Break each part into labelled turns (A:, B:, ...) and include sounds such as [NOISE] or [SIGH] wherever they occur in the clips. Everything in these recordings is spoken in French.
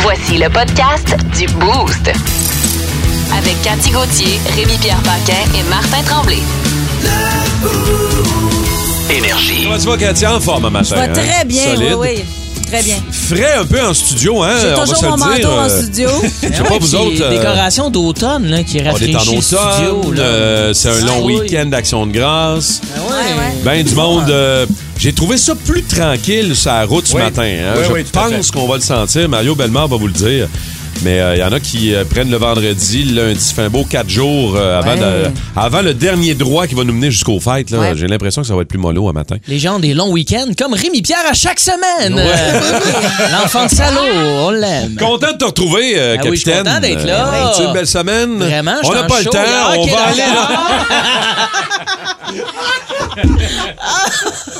A: Voici le podcast du Boost. Avec Cathy Gauthier, Rémi-Pierre Paquin et Martin Tremblay.
B: Énergie.
C: Comment tu vas, Katia? En forme, ma
D: Ça va
C: chère. hein?
D: très bien,
C: Solide.
D: oui, oui. Très bien.
C: Frais un peu en studio, hein?
D: J'ai
C: on va
D: toujours
C: se
D: mon
C: le
D: manteau
C: dire.
D: en
C: euh, [LAUGHS]
D: studio.
C: Je sais pas, vous autres. euh,
E: Décoration d'automne là, qui
C: on est
E: rafraîchit
C: en
E: le studio.
C: automne.
E: Là.
C: euh, c'est un
E: Ah
C: long
E: oui.
C: week-end d'action de grâce.
E: Ah ouais.
C: Ben du monde. euh, J'ai trouvé ça plus tranquille sur la route ce
F: Oui.
C: matin. hein.
F: Oui,
C: Je
F: oui, tout à
C: pense
F: fait.
C: qu'on va le sentir. Mario Bellemare va vous le dire. Mais il y en a qui euh, prennent le vendredi, le lundi, fait un beau quatre jours euh, avant,
E: Ouais.
C: de- avant le dernier droit qui va nous mener jusqu'aux fêtes. là.
D: Ouais.
C: J'ai l'impression que ça va être plus mollo un matin.
E: Les gens ont des longs week-ends, comme Rémi Pierre à chaque semaine.
C: Ouais.
E: Euh, [LAUGHS] L'enfant de salaud, on l'aime.
C: Content de te retrouver, euh,
E: Ah
C: capitaine.
E: oui, je suis content d'être là.
C: Euh, as-tu une belle semaine.
E: Vraiment, je
C: on
E: suis
C: n'a
E: en
C: pas le
E: show,
C: temps.
E: là. Ah,
C: on
E: ok,
C: va aller
E: d'accord.
C: là.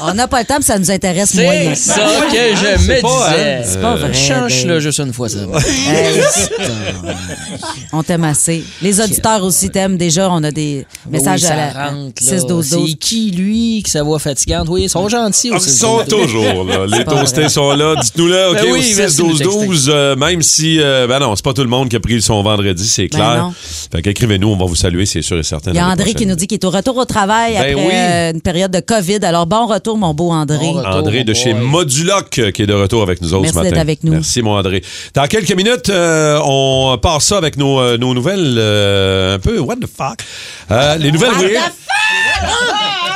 D: On n'a pas le temps, mais ça nous intéresse moyen.
E: C'est ça que je me
C: C'est pas,
E: disais.
C: hein?
D: C'est pas vrai,
E: Change
D: Dave.
E: là juste une fois ça. va.
D: Hey, on t'aime assez. Les auditeurs aussi t'aiment. Déjà, on a des messages
E: Oui, ça
D: à la
E: rentre, là.
D: 6 12 12
E: C'est qui, lui, que sa voix fatigante? Oui, ils sont gentils
C: Ah, Ils
E: aussi.
C: sont
E: les autres.
C: toujours là. Les
D: C'est pas
C: toastés
D: vrai.
C: sont là. Dites-nous là, OK,
E: Ben
C: au
E: oui, merci de nous
C: 6 12 12 même si euh, ben non, c'est pas tout le monde qui a pris son vendredi, c'est
D: Ben
C: clair.
D: non.
C: fait qu'écrivez-nous, on va vous saluer, c'est sûr et certain.
D: Il y a
C: l'année
D: André qui
C: prochaine.
D: nous dit qu'il est au retour au travail
C: Ben
D: après
C: oui.
D: euh, une période de COVID. Alors, bon retour, mon beau André.
E: Bon retour.
C: André de
E: Boy.
C: chez Moduloc euh, qui est de retour avec nous autres
D: Merci
C: ce matin.
D: d'être avec nous.
C: Merci, mon André. Dans quelques minutes, euh, on passe ça avec nos, euh, nos nouvelles euh, un peu what the fuck. Euh, les
D: Ah,
C: nouvelles weird.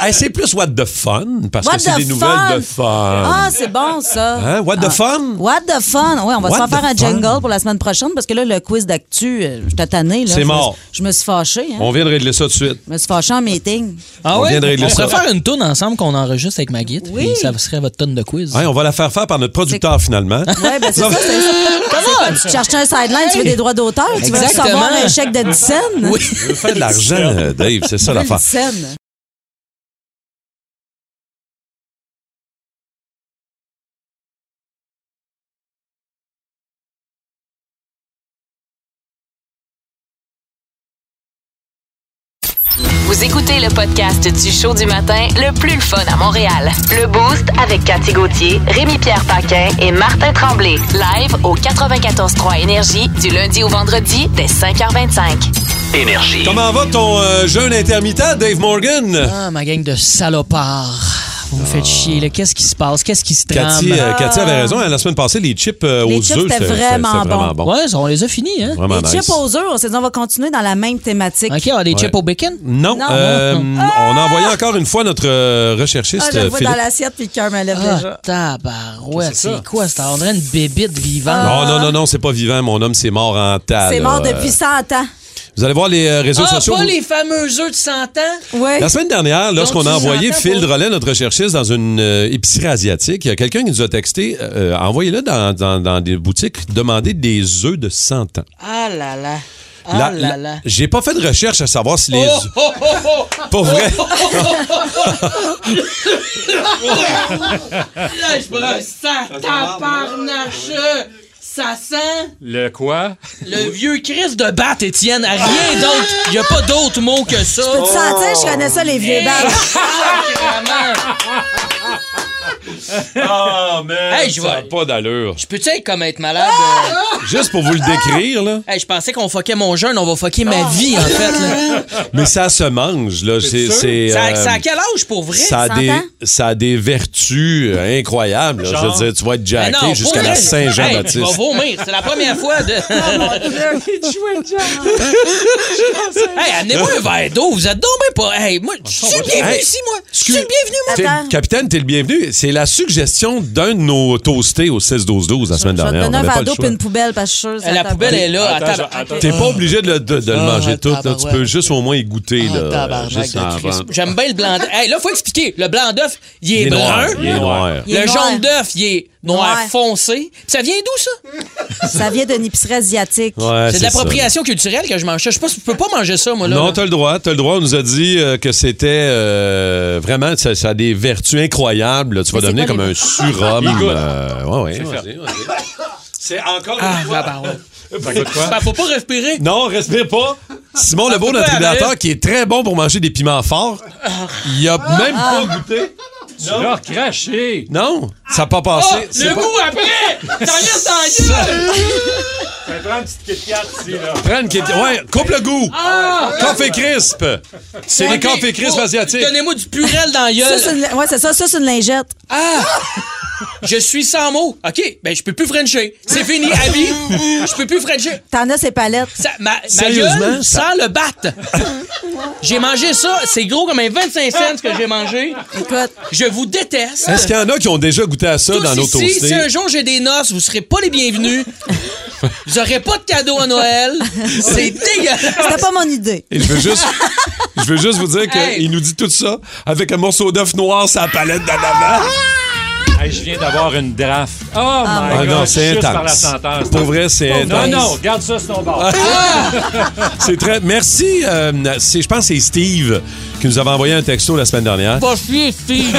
C: Eh, c'est plus what the fun parce
D: What
C: que c'est
D: the
C: des nouvelles de fun.
D: Ah, c'est bon, ça.
C: Hein? What the
D: Ah.
C: fun?
D: What the fun? Oui, on
C: What
D: va se faire
C: the
D: faire un
C: fun?
D: jingle pour la semaine prochaine parce que là, le quiz d'actu, euh, je t'ai tanné. là.
C: C'est
D: Je me-
C: mort.
D: Je me suis fâchée. hein.
C: On vient de régler ça tout de suite.
D: Je me suis fâchée en meeting.
E: Ah
C: On
E: ouais?
C: vient de régler
E: on
C: ça.
E: pourrait faire une toune ensemble qu'on enregistre avec Maguette.
D: Oui.
E: puis Ça serait votre tonne de quiz.
C: Ouais, Hein, on va la faire faire par notre producteur finalement.
D: Oui, ben [LAUGHS]
E: [LAUGHS]
D: c'est ça. c'est- c'est quoi, Tu cherches un sideline, tu veux des droits d'auteur, tu veux
E: Exactement.
D: recevoir un chèque de 10 cents. [LAUGHS]
E: Oui.
C: Tu veux faire de l'argent, euh, Dave, c'est ça l'affaire.
D: 10 cents.
A: Vous écoutez le podcast du show du matin le plus le fun à Montréal. Le Boost avec Cathy Gauthier, Rémi-Pierre Paquin et Martin Tremblay. Live au 94.3 Énergie du lundi au vendredi dès 5h25.
F: Énergie.
C: Comment va ton euh, jeûne intermittent, Dave Morgan?
E: Ah, ma gang de salopards. Vous me faites chier, là. Qu'est-ce qui se passe? Qu'est-ce qui se trame?
C: Ah. Cathy, euh, Cathy avait raison. hein, la semaine passée, les chips euh,
D: Les
C: aux
D: chips,
C: œufs,
D: c'était vraiment
C: vraiment bon.
E: Ouais, on les a finis, hein?
C: Vraiment
D: Les
C: nice.
D: chips aux œufs, on s'est dit, on va continuer dans la même thématique.
E: OK, on a des chips
C: Ouais.
E: au bacon?
C: Non,
D: Non.
C: euh, on a envoyé encore une fois notre euh, recherchiste
D: Ah, je le vois
C: Philippe.
D: dans l'assiette, puis le cœur me lève déjà.
E: Ah, tabarouette, c'est quoi? ça? On dirait une bébite vivante.
C: Non, non, non, non, c'est pas vivant, mon homme, c'est mort en tas.
D: C'est
C: là.
D: mort
C: Euh,
D: depuis 100 ans.
C: Vous allez voir les euh, réseaux
E: Ah,
C: sociaux.
E: pas
C: vous-
E: les fameux œufs de 100 ans?
D: Oui.
C: La semaine dernière, lorsqu'on a
E: tu
C: envoyé
E: l'entends
C: Phil
E: pas.
C: Drolet, notre recherchiste, dans une euh, épicerie asiatique, il y a quelqu'un qui nous a texté euh, envoyez-le dans, dans- dans des boutiques, demandez des œufs de 100 ans.
E: Ah là là. Ah
C: La-
E: là
C: la-
E: là.
C: J'ai pas fait de recherche à savoir si les
E: Oh,
C: œufs.
E: oh, oh, oh.
C: [LAUGHS] Pour vrai.
E: Là, je prends ça, tabarnache. euh, Ça sent
F: Le quoi?
E: le vieux Christ de batte, Étienne. à Rien d'autre. Il n'y a pas d'autre mot que ça.
D: Tu sentais, je connais ça, les
E: Oh!
C: [LAUGHS]
D: vieux
E: [LAUGHS]
D: bagues.
E: Sacrement.
C: Ah, mais.
E: Hey, je
C: ça
E: vais-
C: a pas d'allure.
E: Je peux-tu être comme être malade?
D: Ah!
E: euh?
C: Juste pour vous le décrire, là.
E: Hey, je pensais qu'on foquait mon jeûne, on va foquer ma
D: Ah!
E: vie, en fait.
C: [LAUGHS]
E: là.
C: Mais ça se mange, là. C'est. c'est,
E: Ça,
C: euh,
E: ça a quel âge pour vrai?
C: ça a,
D: 100
C: des,
D: ans?
C: ça a des vertus euh, incroyables. là. Je veux dire, tu vas être
E: Ben non,
C: jacké jusqu'à la
E: pour vrai. Hey, tu vas
C: Saint-Jean-Baptiste.
E: vomir. C'est la première fois de.
D: Ah,
E: [LAUGHS] hey, amenez-moi un verre d'eau. Vous êtes donc bien pas. Hey, moi, je suis bienvenu
C: Hey,
E: ici, moi. Je suis
C: excuse-
E: le bienvenu, moi.
C: T'es-
D: Attends.
C: capitaine, t'es le bienvenu. C'est la suggestion d'un de nos toastés au 16-12-12 la semaine
D: Je vais te
C: dernière. On
D: donner un
C: n'avait pas
D: verre
C: le
D: d'eau
C: choix.
D: puis une poubelle, parce que je suis sûre que ça
E: Eh, La
D: t'a-
E: poubelle est là.
F: Attends,
E: Attends,
F: je- attends.
C: T'es pas obligé de, le- de- de le
E: Ah,
C: manger tout. là. Tu
E: tabarouette.
C: peux juste au moins y goûter.
E: Ah,
C: là, Euh,
E: tabarnak
C: juste
E: de
C: en
E: Christ.
C: vendre.
E: J'aime bien le blanc d'œuf. Hey, là, faut expliquer. Le blanc d'œuf, il est,
C: Il est noir.
E: brun.
C: Il est noir.
D: Il est
E: Le
D: noir. Ah,
E: jaune d'œuf, il est noir
D: Noir.
E: foncé. Ça vient d'où, ça?
D: Ça vient d'une épicerie asiatique.
C: Ouais,
E: c'est de
C: ça.
E: l'appropriation culturelle que je mange ça. Je sais pas si tu peux pas manger ça, moi, là.
C: Non,
E: là.
C: t'as le droit. T'as le droit. On nous a dit euh, que c'était euh, vraiment, ça, ça a des vertus incroyables. Tu vas devenir
D: quoi
C: comme un surhomme.
F: goûte.
C: Euh, ouais, ouais, vas-y, vas-y. C'est encore
E: Ah,
C: une fois-
E: tabarouette.
F: bah,
C: Quoi?
E: Ben, faut pas respirer.
C: Ah. Non, respire pas. Simon Lebeau, notre
E: pas,
C: idéateur,
E: Alex.
C: qui est très bon pour manger des piments forts, il a même pas goûté.
F: Tu l'as recraché.
C: Non, ça n'a pas passé. C'est
E: Ah, le
C: pas-
E: goût après! Ça reste dans la gueule!
B: Mais prends une petite Kit Kat ici, là.
C: Prends une question. Ouais, coupe le goût. Café crisp. C'est les cafés crisp
E: Oh,
C: asiatiques.
E: Donnez-moi du purel dans la
D: Ça,
E: gueule.
D: c'est une- ouais, c'est ça, ça, c'est une lingette.
E: Ah! Je suis sans mots. OK, ben je peux plus frencher. C'est fini, Abby. Je peux plus frencher.
D: T'en as ces palettes.
E: Ça- ma, ma
C: Sérieusement,
E: gueule
C: ça-
E: sans le battre. J'ai mangé ça. C'est gros comme un 25 cents ce que j'ai mangé.
D: Écoute,
E: Je vous déteste.
C: Est-ce qu'il y en a qui ont déjà goûté à ça
E: Tous
C: dans nos
E: ici, si
C: toastés?
E: un jour j'ai des noces, vous serez pas les bienvenus. Vous aurez pas de cadeau à Noël. [LAUGHS] C'est dégueulasse.
D: c'était pas mon idée.
C: Et je veux juste, je veux juste vous dire qu'il
E: Hey.
C: nous dit tout ça avec un morceau d'œuf noir sur la palette d'en avant. Ah,
F: Hey, je viens d'avoir une draft. Oh, my
C: Ah
F: God.
C: non, c'est
F: Juste par la
C: intense.
F: sentence.
C: Pour vrai, c'est
F: Non,
C: intense. Ah,
F: non, regarde ça, c'est ton bord.
C: C'est très. Merci. euh, c'est- je pense que c'est Steve qui nous avait envoyé un texto la semaine dernière.
E: Pas chier, Steve.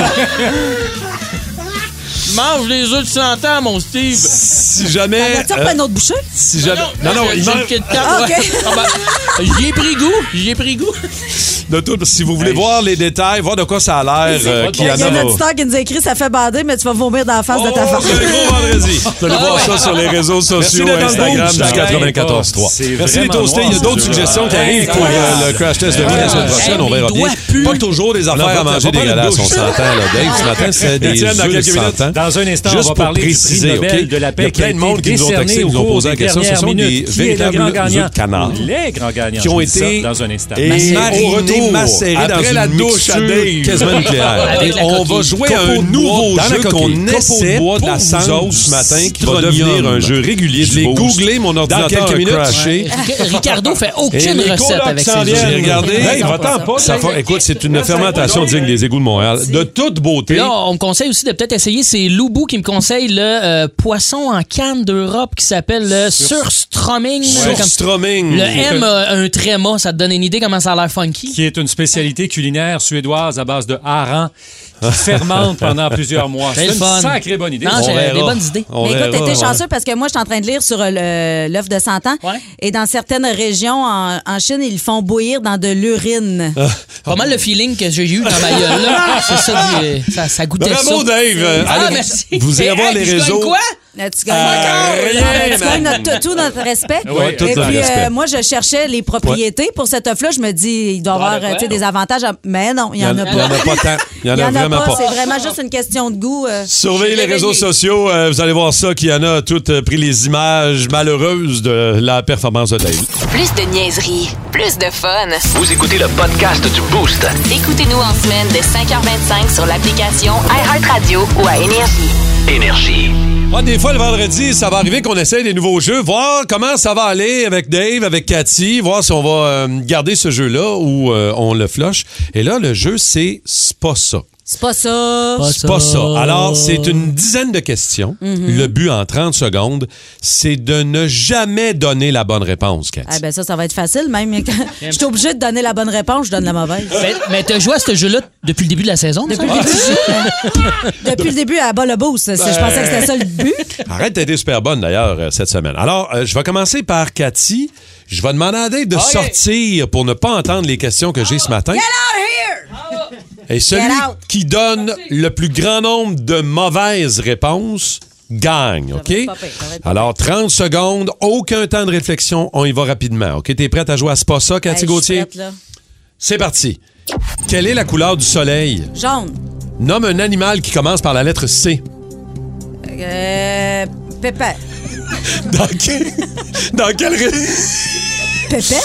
E: Mange les œufs de 100 ans, mon Steve.
C: Si jamais.
D: T'as-tu
C: euh,
D: pas une autre bouchée?
C: si jamais. Non,
E: Non,
C: non,
E: j'ai-
C: il
E: j'ai
C: manque
E: une Kit Kat,
D: Ah,
E: ouais.
D: OK.
E: Ah, ben, J'y ai pris goût, j'y ai pris goût.
C: de tout. Si vous voulez voir les détails, voir de quoi ça a l'air, euh,
F: pas de
C: qui
F: bon
C: en
D: Il y a
C: a.
D: un auditeur qui nous a écrit Ça fait bader, mais tu vas vomir dans la face de ta
C: Oh,
D: femme.
C: c'est le gros vendredi. Ah Vous allez voir ça sur les réseaux sociaux,
F: d'être dans le
C: Instagram
F: boost.
C: du
F: Ça va être
C: 94.3.
F: c'est
C: Merci les
F: vraiment
C: toastés. Il y a
F: noir,
C: d'autres
F: c'est
C: suggestions qui
F: vrai.
C: arrivent pour
F: Ouais.
C: euh, le crash test de Mimi la semaine
E: Ouais.
C: prochaine. On
E: Hey,
C: verra
E: mes
C: bien.
E: doigts puent.
C: Pas toujours des
F: Non,
C: affaires
F: pas-
C: à manger
F: pas prendre
C: dégueulasses,
F: une
C: on
F: douche.
C: s'entend. là. Dave, ce matin,
F: [LAUGHS]
C: c'est des Étienne, dans œufs quelques minutes. sans temps.
F: Dans un instant,
C: Juste
F: on va
C: pour
F: parler
C: préciser,
F: du prix Nobel
C: OK?
F: de la paix
C: Il y a plein
F: qui a
C: de monde
F: été
C: qui nous ont
F: décerné
C: texté,
F: au
C: nous ont
F: cours
C: posé la
F: des
C: question. Ce
F: dernières
C: sont des
F: minutes. Qui est le
C: véritables
F: grand
C: œufs de
F: gagnant?
C: canard.
F: Les grands gagnants.
C: qui ont
F: Je vous dis
C: été
F: ça dans un instant.
C: et
E: Macérés,
C: au retour,
F: macérés dans
C: après
F: une
C: la douche à
F: [LAUGHS] mixture
C: Dave. quasiment nucléaire.
E: Avec la
C: on
E: coquille.
C: va jouer
F: Copeaux
C: à un
F: de
C: nouveau
F: bois dans la
C: jeu
F: coquille.
C: qu'on
F: Copeaux de
C: essaie
F: bois de
C: pour
F: la
C: vous
F: cendre
C: autres ce matin qui va
F: Stronium.
C: devenir un jeu régulier
F: Je
C: du
F: l'ai
C: Boost.
F: googlé, mon
C: Dans
F: ordinateur
C: quelques
F: a
C: minutes,
F: crashé.
E: Ricardo fait aucune
C: les
E: recette
C: colocs
E: avec
C: s'en
E: ses
C: viennent,
E: œufs.
C: regardez.
F: Hey,
C: Ça
F: va-t'en pas,
C: ça
F: là.
C: fa- Écoute, c'est une fermentation digne des égouts de Montréal. De toute beauté.
E: Là, on me conseille aussi de peut-être essayer, c'est Loubou qui me conseille le euh, poisson en canne d'Europe qui s'appelle le surstroming.
C: Sur
E: Comme-
C: Stroming.
E: Le M a un tréma, ça te donne une idée comment ça a l'air funky.
F: qui est une spécialité culinaire suédoise à base de hareng qui fermente pendant plusieurs mois.
E: C'est
F: C'est
E: Ben, le fun.
F: une sacrée bonne idée.
E: Non,
F: On
E: j'ai-
F: verra.
E: j'avais des bonnes idées.
C: On
D: mais écoute,
C: verra,
D: t'étais
C: ouais.
D: chanceux parce que moi, je suis en train de lire sur euh, le- l'œuf de 100 ans.
E: Ouais.
D: Et dans certaines régions en, en Chine, ils le font bouillir dans de l'urine.
C: Euh,
E: Pas mal le feeling que j'ai eu dans ma
C: [LAUGHS]
E: gueule. là. C'est ça, du- ça, ça goûtait
C: Bravo,
E: ça.
C: Dave. Euh,
E: Ah,
C: allez,
E: merci.
C: Vous allez
E: Et,
C: avoir
E: hey,
C: les
E: je gagne
C: réseaux.
E: quoi?
D: Là, tu gagnes,
C: euh, rien,
D: Ah, tu gagnes
C: man.
D: notre- tout notre respect.
F: Ouais,
C: tout
D: et
C: notre
D: puis, euh,
C: respect.
D: moi, je cherchais les propriétés pour cet œuf-là. Je me dis, il doit
E: Bon,
D: avoir
E: ben,
D: euh, tu sais,
E: ouais.
D: des avantages. à- Mais non, il n'y en, a
C: Il y en
D: pas.
C: a pas tant. Il y en a vraiment pas.
D: C'est vraiment juste une question de goût. euh.
C: Surveillez les
E: Réveillez.
C: réseaux sociaux, euh, vous allez voir ça, qu'il y en a toutes euh, pris les images malheureuses de la performance de Dave.
A: Plus de niaiserie, plus de fun.
G: Vous écoutez le podcast du Boost.
A: Écoutez-nous en semaine de 5h25 sur l'application iHeartRadio ou à Énergie.
G: Énergie.
C: Ah, des fois, le vendredi, ça va arriver qu'on essaye des nouveaux jeux, voir comment ça va aller avec Dave, avec Cathy, voir si on va euh, garder ce jeu-là ou euh, on le floche. Et là, le jeu, c'est c'est pas ça.
D: C'est pas ça.
C: C'est pas ça. Mm-hmm. Alors, c'est une dizaine de questions. Le but en 30 secondes, c'est de ne jamais donner la bonne réponse, Cathy.
D: Ah ben ça, ça va être facile, même. [LAUGHS] quand- Je suis obligée de donner la bonne réponse, je donne la mauvaise.
E: Mais, mais t'as joué à ce jeu-là depuis le début de la saison? Ah, me
D: Depuis
E: semble?
D: le début, euh, depuis le début à bas le boost, c'est- je pensais que c'était ça le but.
C: Arrête, t'as été super bonne d'ailleurs euh, cette semaine. Alors, euh, je vais commencer par Cathy. Je vais demander à Dave de sortir pour ne pas entendre les questions que j'ai ce matin. Et celui
D: Ah, Get out.
C: qui donne le plus grand nombre de mauvaises réponses gagne, OK?
D: être pas pire, ça va être pas
C: Alors, 30 secondes, aucun temps de réflexion, on y va rapidement, OK? T'es prête à jouer à ce pas ça, Cathy
D: Hey, je suis
C: Gauthier?
D: prête, là.
C: C'est parti. Quelle est la couleur du soleil?
D: Jaune.
C: Nomme un animal qui commence par la lettre C.
D: Euh, pépé.
C: Dans quel... [LAUGHS] Dans quel... ré-
D: Pépé?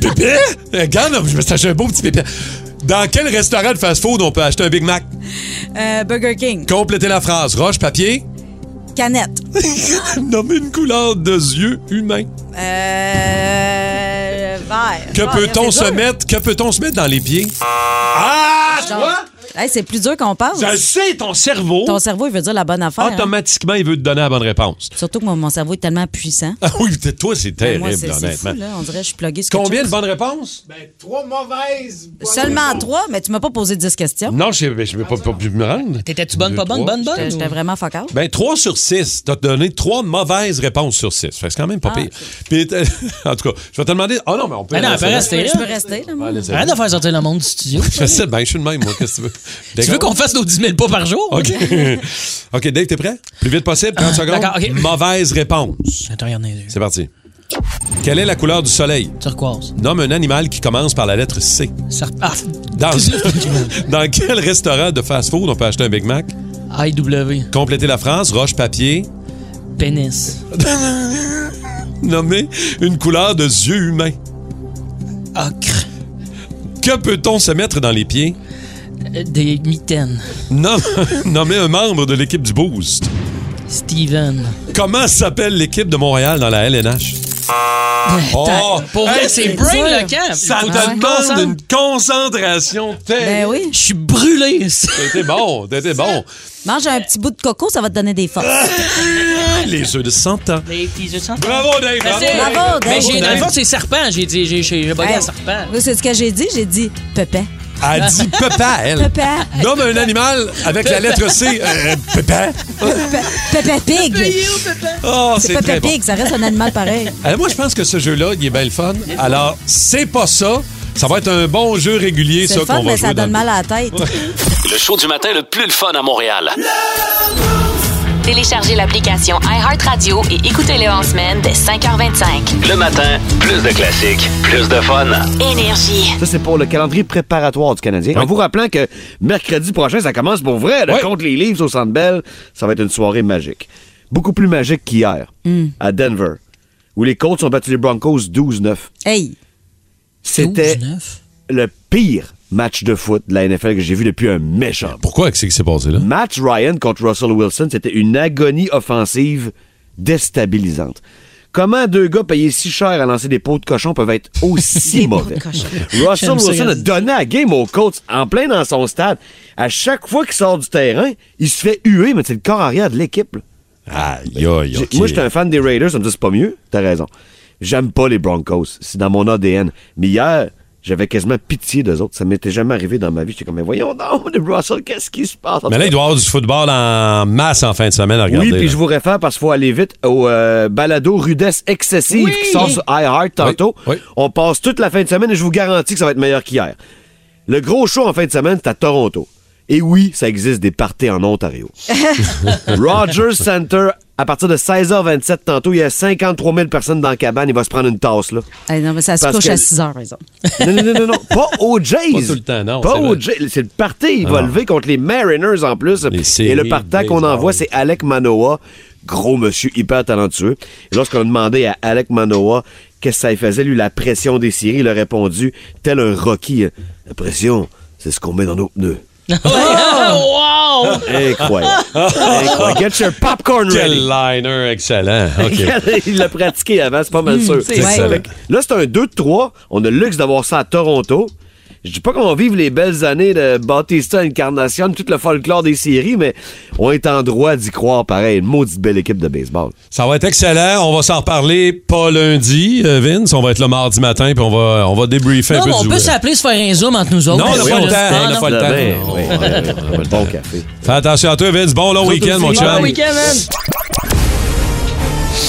C: Pépé? Eh, Regarde, non, je me suis acheté un beau petit pépé. Dans quel restaurant de fast-food on peut acheter un Big Mac?
D: Euh, Burger King.
C: Complétez la phrase. Roche, papier. [LAUGHS]
D: Canette.
C: Nommez une couleur de yeux humains.
D: Euh, vert.
C: Que
D: Vert,
C: peut-on
D: c'est
C: se
D: dur.
C: mettre? Que peut-on se mettre dans les pieds?
D: Jaune. Hey, c'est plus dur qu'on pense.
C: Je le sais, ton cerveau,
D: Ton cerveau, il veut dire la bonne affaire.
C: Ah,
D: hein.
C: automatiquement, il veut te donner la bonne réponse.
D: Surtout que moi, mon cerveau est tellement puissant.
C: Ah oui, peut-être toi, c'est terrible,
D: Ben, moi, c'est c'est fou,
C: honnêtement.
D: là. On dirait que je suis pluguée sur quelque
C: Combien de
D: chose.
C: bonnes réponses?
B: Ben, trois mauvaises. bonnes
D: Seulement trois, mais tu m'as pas posé 10 questions.
C: Non, je ne vais pas, pas plus me rendre.
E: T'étais-tu bonne,
C: Deux,
E: pas bonne,
C: trois.
E: bonne, bonne?
D: Euh, J'étais
E: ou-
D: vraiment focal.
C: Ben, 3 sur 6. T'as donné 3 mauvaises réponses sur 6. Fait que c'est quand même pas
D: Ah,
C: pire. Puis, [LAUGHS] t'as- en tout cas, je vais te demander. Ah non, mais on peut.
E: Ah non,
C: aller
E: elle peut
C: sur-
E: rester
D: Je peux
E: là.
D: rester, là, moi.
C: Allez, c'est-
E: Arrête de faire sortir le monde du studio.
C: ben, Je sais bien, je suis le même, moi, qu'est-ce que tu veux.
E: [LAUGHS] Tu veux qu'on fasse nos 10 000 pas par jour?
C: OK. [LAUGHS] OK, Dave, t'es prêt? Plus vite possible, 30 secondes.
E: Ah, d'accord, OK.
C: Mauvaise réponse.
E: [LAUGHS] Attends, regarde dans les yeux.
C: C'est parti. Quelle est la couleur du soleil?
E: Turquoise.
C: Nomme un animal qui commence par la lettre C.
E: Serp- Ah,
C: Dans, [LAUGHS] dans quel restaurant de fast-food on peut acheter un Big Mac?
E: IW.
C: Complétez la France, roche, papier.
E: Pénis.
C: Nommez une couleur de yeux humains.
E: Ocre.
C: Que peut-on se mettre dans les pieds?
E: Euh, Des mitaines.
C: Nom- [LAUGHS] Nommez un membre de l'équipe du Boost.
E: Steven.
C: Comment s'appelle l'équipe de Montréal dans la LNH? Oh!
E: Pour vrai,
C: Hey,
E: c'est brain le camp.
C: Ça
E: Faut
C: te
E: que tu te
C: demande
E: concentres.
C: une concentration
D: Ben
C: telle.
D: oui.
E: Je suis brûlé.
C: T'étais bon, t'étais bon.
D: Mange un petit bout de coco, ça va te donner des forces.
C: Les œufs de 100 ans.
E: Les petits yeux sans-
C: Bravo, Dave! bravo.
D: Bravo, Dave.
E: Mais hein. ben, j'ai, dans le
C: Dave.
E: fond, c'est serpent. J'ai dit, j'ai, j'ai, j'ai bugué
D: Hey,
E: à serpent.
D: moi, c'est ce que j'ai dit. J'ai dit pépin.
C: Elle dit papa, elle.
D: Pépin.
C: Nomme un animal avec la lettre C. Euh, papa. [LAUGHS]
D: Pépin pig.
C: Oh, c'est
D: C'est
C: très
D: Pépin
C: bon.
D: pig, ça reste un animal pareil.
C: Alors, moi, je pense que ce jeu-là, il est bien le fun. Alors, c'est pas ça. Ça va être un bon jeu régulier,
D: C'est
C: ça,
D: le fun,
C: qu'on va
D: mais
C: jouer
D: ça
C: dans
D: donne
C: le-
D: mal à la tête.
G: Le show du matin le plus le fun à Montréal.
A: Téléchargez l'application iHeartRadio et écoutez-le en semaine dès 5h25.
G: Le matin, plus de classiques, plus de fun.
A: Énergie.
H: Ça, c'est pour le calendrier préparatoire du Canadien. En vous rappelant que mercredi prochain, ça commence pour vrai. Le
C: Ouais.
H: contre les livres au Centre Bell, ça va être une soirée magique. Beaucoup plus magique qu'hier, à Denver, où les Colts ont battu les Broncos 12-9.
D: Hey,
H: C'était
E: 12-9.
H: le pire match de foot de la NFL que j'ai vu depuis un méchant. bout.
C: Pourquoi c'est que c'est passé, là?
H: Matt Ryan contre Russell Wilson, c'était une agonie offensive déstabilisante. Comment deux gars payés si cher à lancer des pots de cochon peuvent être
E: [LAUGHS]
H: aussi mauvais? Russell
E: J'aime ça,
H: Wilson a
E: Yannick.
H: donné la game aux Colts en plein dans son stade. À chaque fois qu'il sort du terrain, il se fait huer, mais c'est le corps arrière de l'équipe. là.
C: Aïe, aïe,
H: J'ai-
C: ok.
H: Moi, j'étais un fan des Raiders, ça me dit c'est pas mieux. T'as raison. J'aime pas les Broncos. C'est dans mon ADN. Mais hier, j'avais quasiment pitié d'eux autres. Ça m'était jamais arrivé dans ma vie. J'étais comme, mais voyons donc, [LAUGHS] les Russell, qu'est-ce qui se passe? En
C: Mais là,
H: tout cas,
C: il doit y avoir du football en masse en fin de semaine à regarder.
H: oui, puis
C: là.
H: je vous réfère parce qu'il faut aller vite au euh, balado rudesse excessive qui sort sur iHeart tantôt.
C: oui.
H: On passe toute la fin de semaine et je vous garantis que ça va être meilleur qu'hier. Le gros show en fin de semaine, c'est à Toronto. Et oui, ça existe des parties en Ontario. Rogers Center, à partir de 16h27 tantôt, il y a 53 000 personnes dans la cabane. Il va se prendre une tasse, là.
D: Hey, non, mais ça se
H: Parce
D: couche
H: que-
D: à 6 heures, par exemple.
H: Non, non, non, non, non. Pas aux Jays.
C: Pas tout le temps, non,
H: Pas
C: c'est
H: aux
C: vrai. Ah.
H: Jays. C'est le parti. Il va lever contre les Mariners en plus.
C: Les
H: Et le
C: séries,
H: partant
C: les
H: qu'on envoie,
C: Jays.
H: c'est Alec Manoa. Gros monsieur, hyper talentueux. Et lorsqu'on a demandé à Alec Manoa qu'est-ce que ça lui faisait, lui, la pression des séries, il a répondu, tel un Rocky. hein. La pression, c'est ce qu'on met dans nos pneus. Ah!
E: wow!
H: Incroyable. Incroyable. Get your popcorn ready.
C: Quel liner excellent. hein? OK.
H: il l'a pratiqué avant, c'est pas mal sûr.
D: c'est
C: C'est
D: Ouais.
C: excellent.
H: Là, c'est un 2-3. On a le luxe d'avoir ça à Toronto. Je dis pas qu'on vive les belles années de Bautista Incarnation, tout le folklore des séries, mais on est en droit d'y croire pareil. Une maudite belle équipe de baseball.
C: Ça va être excellent. On va s'en reparler pas lundi, euh, Vince. On va être le mardi matin, puis on va, on va débriefer un
E: Non,
C: peu
E: mais
C: du
E: on peut
C: jouet.
E: s'appeler se faire un zoom entre nous autres.
C: Non, on n'a
E: Oui,
C: pas le temps.
E: Ah,
C: On n'a
E: non.
C: pas le
H: Ben,
C: temps.
H: oui, oui, oui, oui. Bon café.
C: Fais attention à toi, Vince. Bon long week-end, mon
E: Bon
C: chum.
E: week-end, man.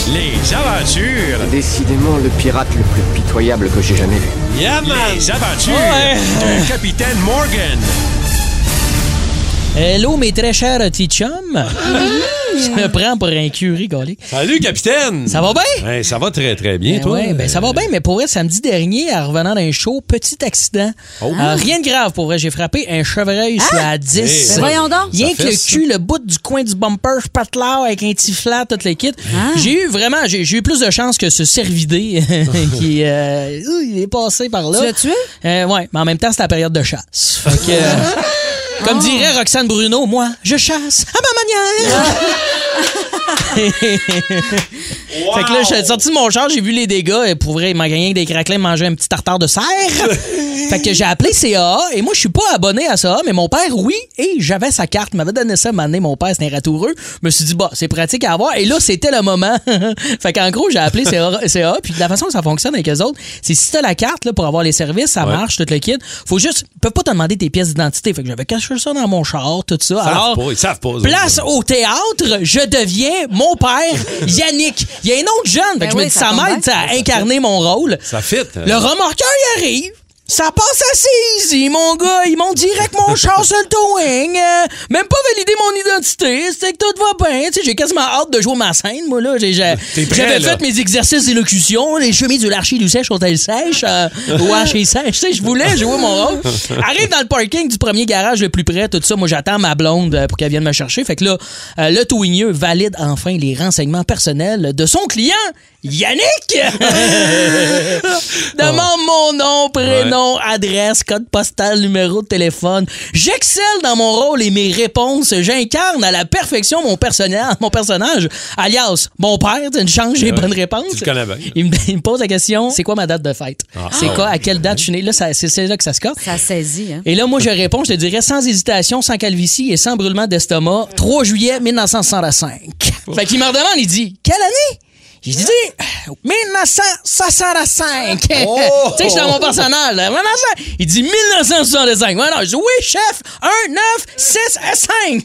C: Les aventures.
I: Décidément le pirate le plus pitoyable que j'ai jamais vu.
C: Les aventures
E: Ouais.
C: du capitaine Morgan.
E: Hello, mes Euh, très chers petits chums. Je me prends pour un curry, golé.
C: Salut, capitaine.
E: Ça va bien?
C: Hey, ça va très, très bien,
E: Ben
C: toi?
E: ouais, ben ça va bien, mais pour vrai, samedi dernier, en revenant d'un show, petit accident. Euh, rien de grave pour vrai, j'ai frappé un chevreuil sur la
C: Oh.
E: 10.
C: Hey.
D: Mais Ben, voyons donc.
E: Rien
C: Ça
E: que
C: fait
E: le
C: ça.
E: cul, le bout du coin du bumper, je pète là avec un petit flat, tout le kit.
D: Ah.
E: J'ai eu vraiment, j'ai j'ai eu plus de chance que ce cervidé [LAUGHS] qui euh, ouh, il est passé par là.
D: Tu l'as tué?
E: Euh, ouais, mais en même temps, c'est la période de chasse. Fait que, euh,
D: [LAUGHS]
E: comme dirait Roxane Bruno, moi, je chasse à ma manière. Fait que là, je suis sorti de mon char, j'ai vu les dégâts. Et pour vrai, il m'a gagné avec des craquelins, manger un petit tartare de serre.
C: [LAUGHS]
E: fait que j'ai appelé CAA. Et moi, je suis pas abonné à ça, mais mon père, oui. Et j'avais sa carte. Il m'avait donné ça, m'amener mon père, c'était un ratoureux. Je me suis dit, bah, c'est pratique à avoir. Et là, c'était le moment. [LAUGHS] fait qu'en gros, j'ai appelé CAA, CAA. Puis de la façon que ça fonctionne avec les autres, c'est si t'as la carte là, pour avoir les services, ça marche, tout le kit. Faut juste, ils peuvent pas te demander tes pièces d'identité. Fait que j'avais caché ça dans mon char, tout ça.
C: savent
E: Alors,
C: pas, ils savent pas, eux
E: place
C: autres.
E: au théâtre, je deviens mon père, Yannick. Il y a un autre jeune. Fait
D: Ben
E: que je me
D: oui,
E: dis,
D: ça
E: ça
D: tombe
E: m'aide
D: bien.
E: à incarner mon rôle.
C: Ça fit. hein?
E: Le remorqueur, il arrive. Ça passe assez easy, mon gars. Ils m'ont direct
C: [LAUGHS]
E: mon char sur le towing. Euh, même pas validé mon identité. C'est que tout va bien. Tu sais, j'ai quasiment hâte de jouer ma scène, moi, là. J'ai- j'ai-
C: T'es prêt,
E: J'avais
C: là.
E: fait mes exercices d'élocution. Les chemises de l'archi du sèche sont elles sèches. Euh, ouais, chez sèche. Tu sais, je voulais jouer mon rôle. Arrive dans le parking du premier garage le plus près. Tout ça, moi, j'attends ma blonde euh, pour qu'elle vienne me chercher. Fait que là, euh, le towingneux valide enfin les renseignements personnels de son client,
C: [LAUGHS]
E: Yannick. Demande
C: Ah.
E: mon nom, prénom, adresse, code postal, numéro de téléphone. J'excelle dans mon rôle et mes réponses. J'incarne à la perfection mon personnage, mon personnage alias mon père. Tu ne changes les bonnes réponses.
C: tu le connais bien. Ah,
E: Il me, il me pose la question c'est quoi ma date de fête C'est quoi À quelle date je suis né Là, ça- c'est c'est là que ça se casse.
D: Ça saisit, hein?
E: Et là, moi, je réponds, je te dirais, sans hésitation, sans calvitie et sans brûlement d'estomac, 3 juillet 1965. Fait qu'il me redemande, il dit, quelle année? J'ai
C: Hein?
E: dit, 1965.
C: Oh!
E: [LAUGHS] tu sais, je suis dans mon personnage. là. 1900. Il dit 1965. Ouais, non, je dis, oui, chef, 1, 9, 6,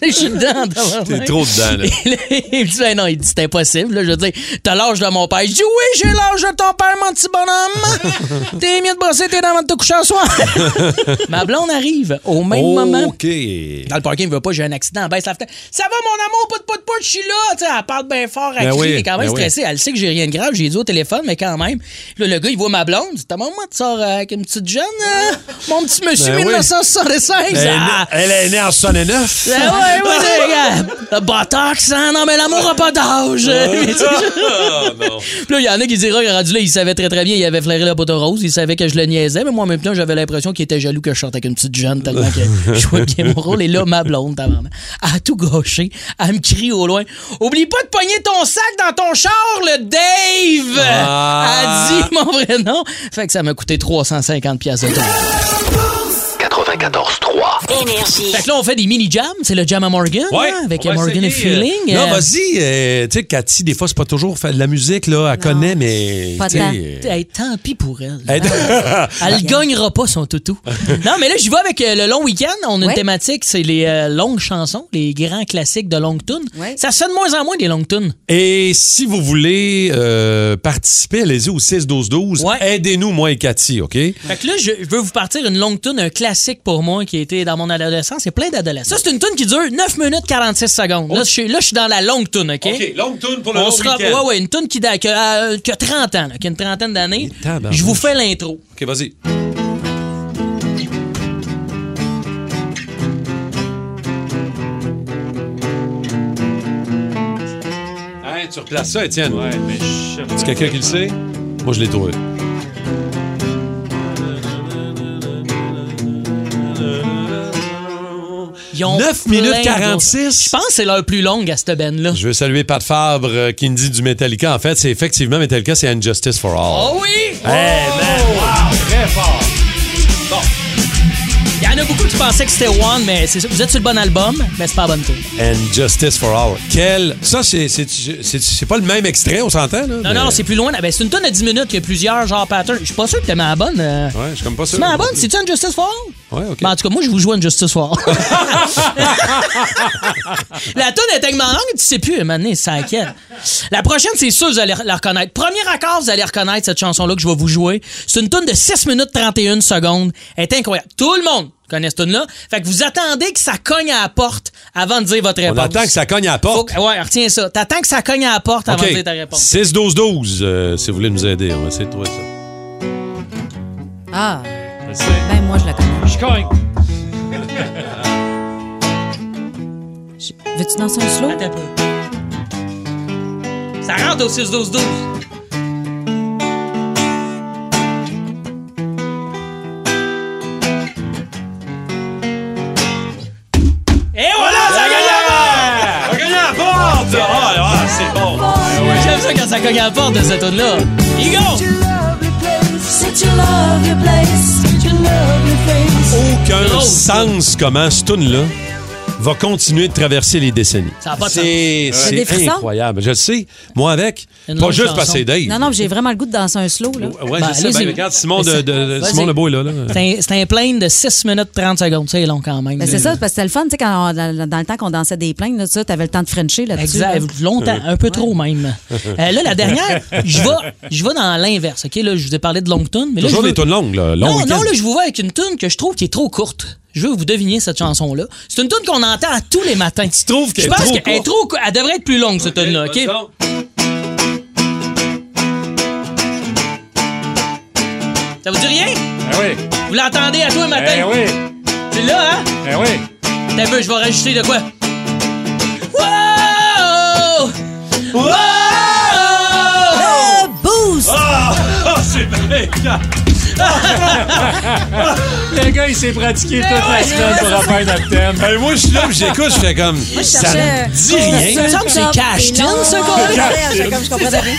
E: 5. [LAUGHS] Je suis dedans.
C: T'es trop dedans, là.
E: [LAUGHS] Et là, il me dit, ben non, il dit, c'est impossible. Là, je veux dire, t'as l'âge de mon père. Je dis, oui, j'ai l'âge de ton père, mon petit bonhomme.
C: [LAUGHS]
E: T'es mieux de brosser tes dents avant de te coucher en soir. Ma blonde arrive au même moment.
C: OK.
E: Dans le parking, il veut pas, j'ai un accident. Ben, ça, fait, ça va, mon amour, pout, pout, pout, je suis là. Tu sais, elle parle bien fort, elle
C: Ben
E: crie,
C: oui,
E: elle est quand même
C: ben oui.
E: stressée. Elle sait que j'ai rien de grave, j'ai dit au téléphone, mais quand même. Là, le gars, il voit ma blonde. Il dit, T'as maman, tu sors euh, avec une petite jeune, hein? mon petit monsieur,
C: Ben oui. Ben,
E: 1965.
C: Elle, est née-
E: Ah!
C: elle est née en 69.
E: Ben ouais, ouais, ouais, regarde. Le botox, hein? Non, mais l'amour a pas d'âge.
C: Ah, non.
E: [LAUGHS] Puis là, il y en a qui dira, rendu là, il savait très très bien, il avait flairé la poteau rose, il savait que je le niaisais, mais moi en même temps, j'avais l'impression qu'il était jaloux que je sortais avec une petite jeune tellement que je jouais bien mon rôle. Et là, ma blonde, ta maman, à tout gaucher, elle me crie au loin Oublie pas de pogner ton sac dans ton char, le Dave
C: Ah.
E: Elle dit mon vrai nom. Fait que ça m'a coûté 350$ piastres de temps.
G: 94.3.
A: Énergie.
E: Fait que là, on fait des mini-jams, c'est le jam à Morgan, hein, avec
C: on va
E: Morgan et
C: essayer, euh,
E: Feeling.
C: Non,
E: Euh,
C: vas-y. euh, tu sais, Cathy, des fois, c'est pas toujours fa- de la musique, là. Elle connaît, mais.
D: Pas
C: tu sais,
D: tant.
C: euh,
E: Hey, tant pis pour elle.
C: elle-
E: [LAUGHS] Elle gagnera pas son toutou. non, mais là, je vais avec euh, le long week-end. On a une
D: Ouais.
E: thématique, c'est les euh, longues chansons, les grands classiques de longue tune.
D: Ouais.
E: Ça sonne de moins en moins des longues tunes.
C: Et si vous voulez euh, participer, allez-y au 6-12-12.
E: Ouais.
C: Aidez-nous, moi et Cathy, OK?
E: Fait que là, je, je veux vous partir une longue tune, un classique pour moi qui a été dans mon adolescence. C'est plein d'adolescents. Ça, c'est une tune qui dure 9 minutes 46 secondes. Là, je suis là, je suis dans la longue tune, OK?
C: longue tune pour
E: On se rend- ouais, ouais, une tune qui, date- qui a, euh, qui a 30 ans, là, qui a une trentaine d'années.
C: Et tabarnouche.
E: Je vous fais l'intro.
C: OK, vas-y. Hein, tu replaces ça, Étienne.
F: Ouais, mais je-
C: C'est quelqu'un qui le sait? Moi, je l'ai trouvé.
E: Ils ont
C: 9
E: plein
C: minutes
E: d'autres-
C: 46.
E: Je pense que c'est leur plus longue à cette band-là.
C: Je veux saluer Pat Fabre euh, qui me dit du Metallica. En fait, c'est effectivement Metallica, c'est Injustice for All.
E: Oh oui!
C: Hey, man!
E: Il y en a beaucoup qui pensaient que c'était One, mais c'est ça. Vous êtes sur le bon album, mais c'est pas la bonne tune.
C: And Justice for All. Quel. Ça, c'est- c'est c'est- c'est pas le même extrait, on s'entend, là?
E: Non, non, c'est plus loin. Ah, ben, c'est une tonne de 10 minutes, il y a plusieurs genres patterns. Je suis pas sûr que t'aimes la bonne. euh.
C: Ouais, je suis comme pas sûr.
E: Tu mets la bonne? C'est-tu une Justice for All?
C: Ouais, OK.
E: Ben, en tout cas, moi, je vous joue une
C: [LAUGHS]
E: Justice for All. la tonne est tellement longue, tu sais plus, mané, ça inquiète. La prochaine, c'est sûr, vous allez la reconnaître. Premier accord, vous allez reconnaître cette chanson-là que je vais vous jouer. C'est une tonne de 6 minutes 31 secondes. Elle est incroyable. Tout le monde connaît cette tonne-là. Fait que vous attendez que ça cogne à la porte avant de dire votre
C: on
E: réponse.
C: attend que ça cogne à la
E: Faut
C: porte.
E: que- ouais, retiens ça. T'attends que ça cogne à la porte avant de dire ta réponse.
C: 6-12-12, euh, si vous voulez nous aider. On va essayer de trouver ça.
D: Ah,
F: je sais.
D: ben moi, je la connais.
F: Je cogne.
D: [LAUGHS] Je- Veux-tu danser un slow?
E: Attends un peu. Ça rentre au 6-12-12. Et voilà, ça gagne
C: On cogne à la porte! Ah, ah, c'est bon.
E: J'aime ça quand ça cogne à la porte de cette tune-là. Igo!
C: Aucun
E: Drôle.
C: sens comment ce tune-là va continuer de traverser les décennies.
E: Ça a pas de
C: C'est
D: T'as
C: c'est
D: des frissons?
C: incroyable. Je le sais. Moi, avec,
E: Une
C: pas
E: longue
C: juste
E: chanson.
C: parce que c'est Dave.
D: Non, non, j'ai vraiment le goût de danser un slow, là.
C: Ouais,
E: Ben,
C: je sais.
E: allez-y.
C: Ben, regarde, Simon, de,
E: Mais
C: de-
E: c'est-
C: Simon
E: vas-y.
C: Lebeau est là. là.
E: C'est un- c'est un plain de 6 minutes 30 secondes. C'est long quand même.
D: Ben, c'est ça, parce que c'était le fun, tu sais, quand on- dans, dans le temps qu'on dansait des plaintes, là, tu sais, t'avais le temps de frencher là-dessus. là.
E: Exact. Longtemps, un peu trop même. Euh, là,
D: [LAUGHS]
E: la dernière, je vais, je vais dans l'inverse. OK, là, je vous ai parlé de longue tune, mais là,
C: Toujours
E: je veux-
C: des tunes longues, là. Long
E: non,
C: week-end.
E: non, là, je vous vois avec une tune que je trouve qui est trop courte. Je veux que vous deviniez cette chanson-là. C'est une tune qu'on entend à tous les matins. Tu
C: trouves qu'elle
E: je
C: est
E: pense
C: trop
E: qu'elle est
C: courte?
E: trop cou- Elle devrait être plus longue, cette tune-là. OK? Ça vous dit rien?
F: Ah oui.
E: Vous l'entendez à tous les matins?
F: Eh oui.
E: C'est là, hein?
F: Eh oui.
E: T'as vu, je vais rajouter de quoi? Wow! Wow!
D: Le boost!
F: Le gars, il s'est pratiqué toute la semaine pour refaire notre thème.
C: Ben, moi, je suis là, puis j'écoute, je fais
E: [LAUGHS]
C: comme.
D: Moi, je
C: ça
D: cherchais-
C: me dit rien.
E: Il me semble que c'est cash tune, ce
D: Ouais,
E: gars-là.
D: c'est comme je comprenais rien.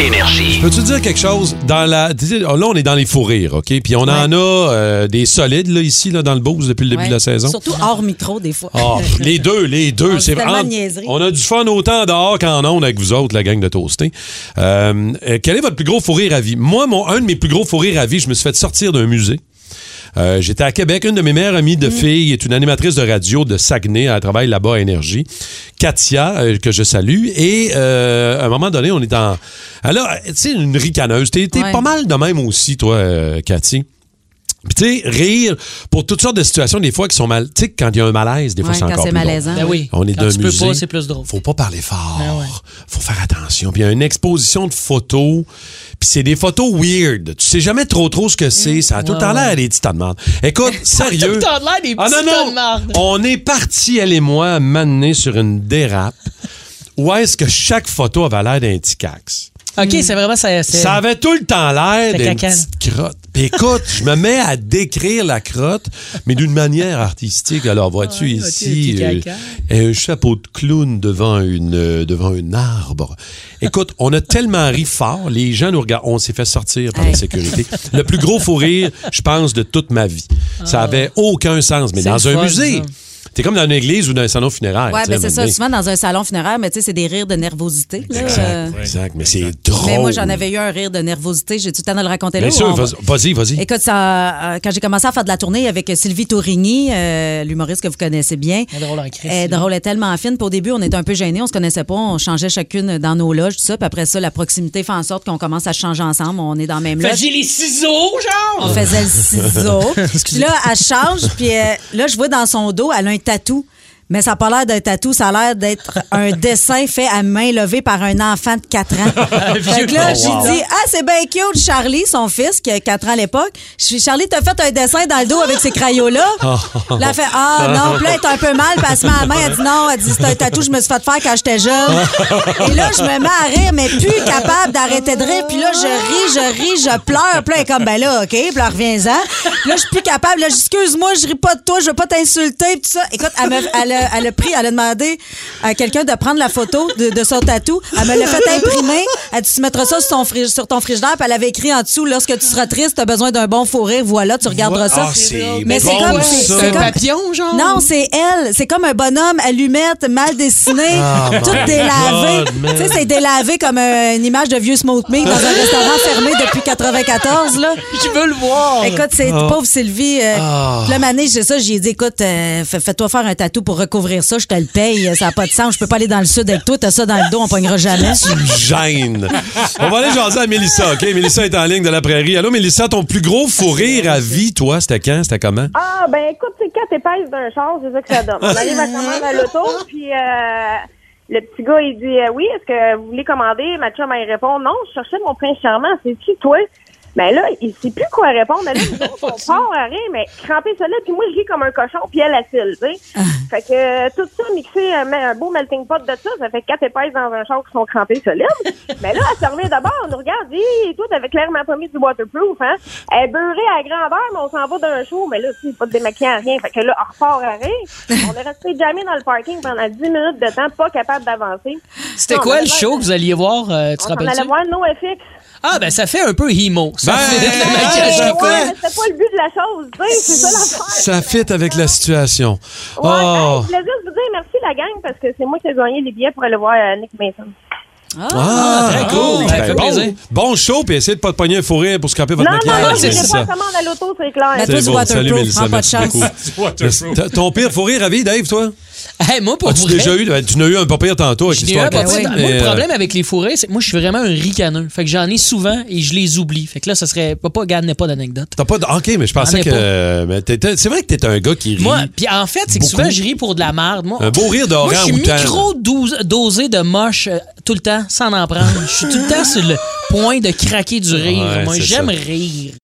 G: Énergie.
C: Peux-tu dire quelque chose? Dans la, tu sais, là, on est dans les fous rires, OK? Puis on en a euh, des solides, là, ici, là, dans le Beauce, depuis le début
D: Ouais.
C: de la saison.
D: Surtout hors micro, des fois.
C: Ah, les deux, les deux.
D: On
C: c'est
D: dit tellement
C: en-
D: de niaiseries.
C: On a du fun autant dehors qu'en ondes avec vous autres, la gang de Toasté. Euh, euh, quel est votre plus gros fou rire à vie? Moi, mon, un de mes plus gros fou rires à vie, je me suis fait sortir d'un musée. Euh, J'étais à Québec. Une de mes meilleures amies
D: Mm.
C: de filles est une animatrice de radio de Saguenay. Elle travaille là-bas à Énergie. Katia, euh, que je salue. Et euh, à un moment donné, on est en... Alors, tu sais, une ricaneuse. T'es t'es
D: Ouais.
C: pas mal de même aussi, toi, euh, Cathy. Puis tu sais, rire pour toutes sortes de situations, des fois, qui sont mal... Tu sais, quand il y a un malaise, des fois,
D: Ouais,
C: c'est
D: quand
C: encore
D: c'est
C: plus drôle.
D: malaisant.
E: Ben oui.
C: On est
E: Quand
C: d'un
E: tu peux
C: musée.
E: pas, c'est plus drôle.
C: Faut pas parler fort.
E: Ben ouais.
C: Faut faire attention. Puis il y a une exposition de photos. Puis c'est des photos weird. Tu sais jamais trop trop ce que c'est. Ça a tout le temps l'air des petits tas de marde. Écoute, sérieux.
E: Mmh, [LAUGHS] Ça a tout le temps l'air des
C: Ah
E: petits tas de
C: non,
E: marde.
C: non. On est parti, elle et moi, m'amener sur une dérape. Où est-ce que chaque photo avait l'air d'un petit cax?
E: OK, c'est vraiment ça. c'est-
C: Ça avait tout le temps l'air
E: C'était
C: d'une
E: caca.
C: petite crotte. Puis écoute, je me mets à décrire la crotte, mais d'une manière artistique. Alors vois-tu
E: Ouais,
C: ici
E: vois-tu le Ah, petit
C: euh,
E: caca?
C: un chapeau de clown devant une euh, devant un arbre. Écoute, on a tellement ri fort, les gens nous regardent. On s'est fait sortir par la
D: Hey.
C: sécurité. Le plus gros fou rire, je pense, de toute ma vie. Ça avait aucun sens, mais
E: Ah.
C: dans
E: C'est le
C: un
E: fun,
C: musée.
E: ça.
C: T'es comme dans une église ou dans un salon funéraire.
D: Ouais,
C: tu sais,
D: ben c'est
C: à un
D: ça.
C: moment
D: Souvent dans un salon funéraire, mais tu sais, c'est des rires de nervosité. là. Euh,
C: donné. Exact, mais c'est drôle.
D: Mais moi, j'en avais eu un rire de nervosité. J'ai tout le temps de le raconter là.
C: Bien
D: ou
C: sûr,
D: on va-
C: vas- vas-y, vas-y.
D: Écoute, ça, euh, quand j'ai commencé à faire de la tournée avec Sylvie Tourigny, euh, l'humoriste que vous connaissez bien,
E: Elle est drôle en crise,
D: elle est
E: Sylvie.
D: drôle, elle est tellement fine. Puis au début, on était un peu gênés, on se connaissait pas, on changeait chacune dans nos loges, tout ça. Puis après ça, la proximité fait en sorte qu'on commence à se changer ensemble, on est dans la même
E: Fait
D: loge.
E: que j'ai les ciseaux, genre.
D: On faisait le ciseau. puis là, elle change, puis euh, là, je vois dans son dos, elle a un tatou. Mais ça n'a pas l'air d'un tatou, ça a l'air d'être un dessin fait à main levée par un enfant de 4 ans. fait que là,
E: Oh,
D: j'ai
E: wow.
D: dit, ah, c'est bien cute, Charlie, son fils, qui a 4 ans à l'époque. Je suis, Charlie, t'as fait un dessin dans le dos avec ces crayons-là. Là, elle fait, ah, non, puis là, elle est un peu mal, puis elle se met à la main, elle dit, non, elle dit, c'est un tatou, je me suis fait faire quand j'étais jeune. Et là, je me mets à rire, mais plus capable d'arrêter de rire, puis là, je ris, je ris, je pleure, puis là, elle est comme, ben là, OK, puis là, reviens-en. Puis là, je suis plus capable, là, je dis, excuse-moi, je ris pas de toi, je veux pas t'insulter, puis tout ça. Écoute, elle, me- elle a, elle a pris, elle a demandé à quelqu'un de prendre la photo de, de son tatou. Elle me l'a fait imprimer. Elle dit, tu mettras ça sur ton, fri- sur ton frigidaire, puis elle avait écrit en dessous, lorsque tu seras triste, t'as besoin d'un bon fou rire, voilà, tu regarderas ça.
C: Ah, c'est
D: Mais c'est
C: bon, ça.
D: comme- c'est- c'est comme-
E: genre.
D: Non, c'est elle. C'est comme un bonhomme allumette, mal dessiné, tout
C: Ah, my
D: délavé.
C: God, man.
D: Tu sais, c'est délavé comme euh, une image de vieux smoke meat dans un restaurant fermé depuis 94, là.
E: Je veux le voir.
D: Écoute, c'est
C: Ah.
D: pauvre Sylvie. Euh, La manée, j'ai ça, j'ai dit, écoute, euh, fais- fais-toi faire un tatou pour recouvrir ça, je te le paye, ça n'a pas de sens, je peux pas aller dans le sud avec toi, t'as ça dans le dos, on pognera jamais.
C: gêne. On va aller jaser à Mélissa, OK? Mélissa est en ligne de la prairie. Allô, Mélissa, ton plus gros fou rire à vie, toi, c'était quand? C'était comment?
J: Ah, ben écoute, c'est quatre épaisses d'un char, c'est ça que ça donne. On arrive à commander à l'auto, puis euh, le petit gars, il dit euh, Oui, est-ce que vous voulez commander? Ma chum, elle répond Non, je cherchais mon prince charmant, c'est qui, toi? Mais là, il sait plus quoi répondre. Mais là, nous autres, on part à rien, mais crampé solide, puis moi, je ris comme un cochon, puis elle, elle file, tu sais. Fait que euh, tout ça, mixé, un, ma- un beau melting pot de ça, ça fait quatre épaisses dans un char qui sont crampées solides. mais là, elle se revient d'abord, on nous regarde, dit, toi, t'avais clairement pas mis du waterproof, hein. Elle est beurrée à grandeur, mais on s'en va d'un show, mais là, tu sais, pas de démaquillant, rien. Fait que là, on repart à rien. On est resté jamais dans le parking pendant 10 minutes de temps, pas capable d'avancer.
E: C'était
J: Non,
E: quoi
J: mais
E: le
J: là,
E: show que vous alliez voir? euh, tu te
J: On
E: rappelles-tu?
J: allait voir NoFX.
E: Ah, ben ça fait un peu Himo. Ça
C: Ben,
E: fait de la
C: hey,
E: maquillage
J: Ouais,
E: un peu.
J: mais c'était pas le but de la chose, tu sais, c'est ça l'affaire.
C: Ça fit avec la situation.
J: Ouais, hey,
C: Oh.
J: je voulais juste vous dire merci la gang parce que c'est moi qui ai gagné les billets pour aller voir euh, Nick Mason.
C: Ah,
E: très cool. Ça fait plaisir.
C: bon, bon show, puis essayez de pas te pogner un fou rire pour scraper
J: Non,
C: votre
J: non,
C: maquillage.
J: non, je
E: c'est
J: n'irai
E: ça.
J: pas comment à l'auto, c'est clair.
D: Mais- Toi, du waterproof,
C: salut Mélissa,
D: prends pas de
C: merci
D: chance.
C: beaucoup. Merci. T- Ton pire fou rire à vie, Dave, toi?
E: Hey, moi, pour
C: As-tu
E: vrai,
C: déjà eu? Ben, Tu n'as eu un pas pire tantôt avec
E: j'en ai eu
C: l'histoire
E: un pas
C: Cathy,
E: pire. Moi,
C: mais,
E: le
C: euh,
E: problème avec les fourrés, c'est que moi, je suis vraiment un ricaneux. Fait que j'en ai souvent et je les oublie. Fait que là, ça serait. Papa, regarde, n'est pas d'anecdote.
C: T'as pas de... ah, OK, mais je
E: J'en
C: pensais
E: ai
C: que...
E: Ah, pas.
C: euh, mais t'étais- C'est vrai que t'es un gars qui rit.
E: Moi, puis en fait, c'est que souvent,
C: Beaucoup.
E: je ris pour de la merde. Moi,
C: Un beau rire
E: Moi, je
C: d'orang
E: suis
C: ou tan.
E: micro-dosé de moche euh, tout le temps, sans en prendre. Je suis tout le temps sur le point de craquer du rire.
C: Ouais,
E: moi,
C: c'est
E: j'aime
C: ça.
E: rire.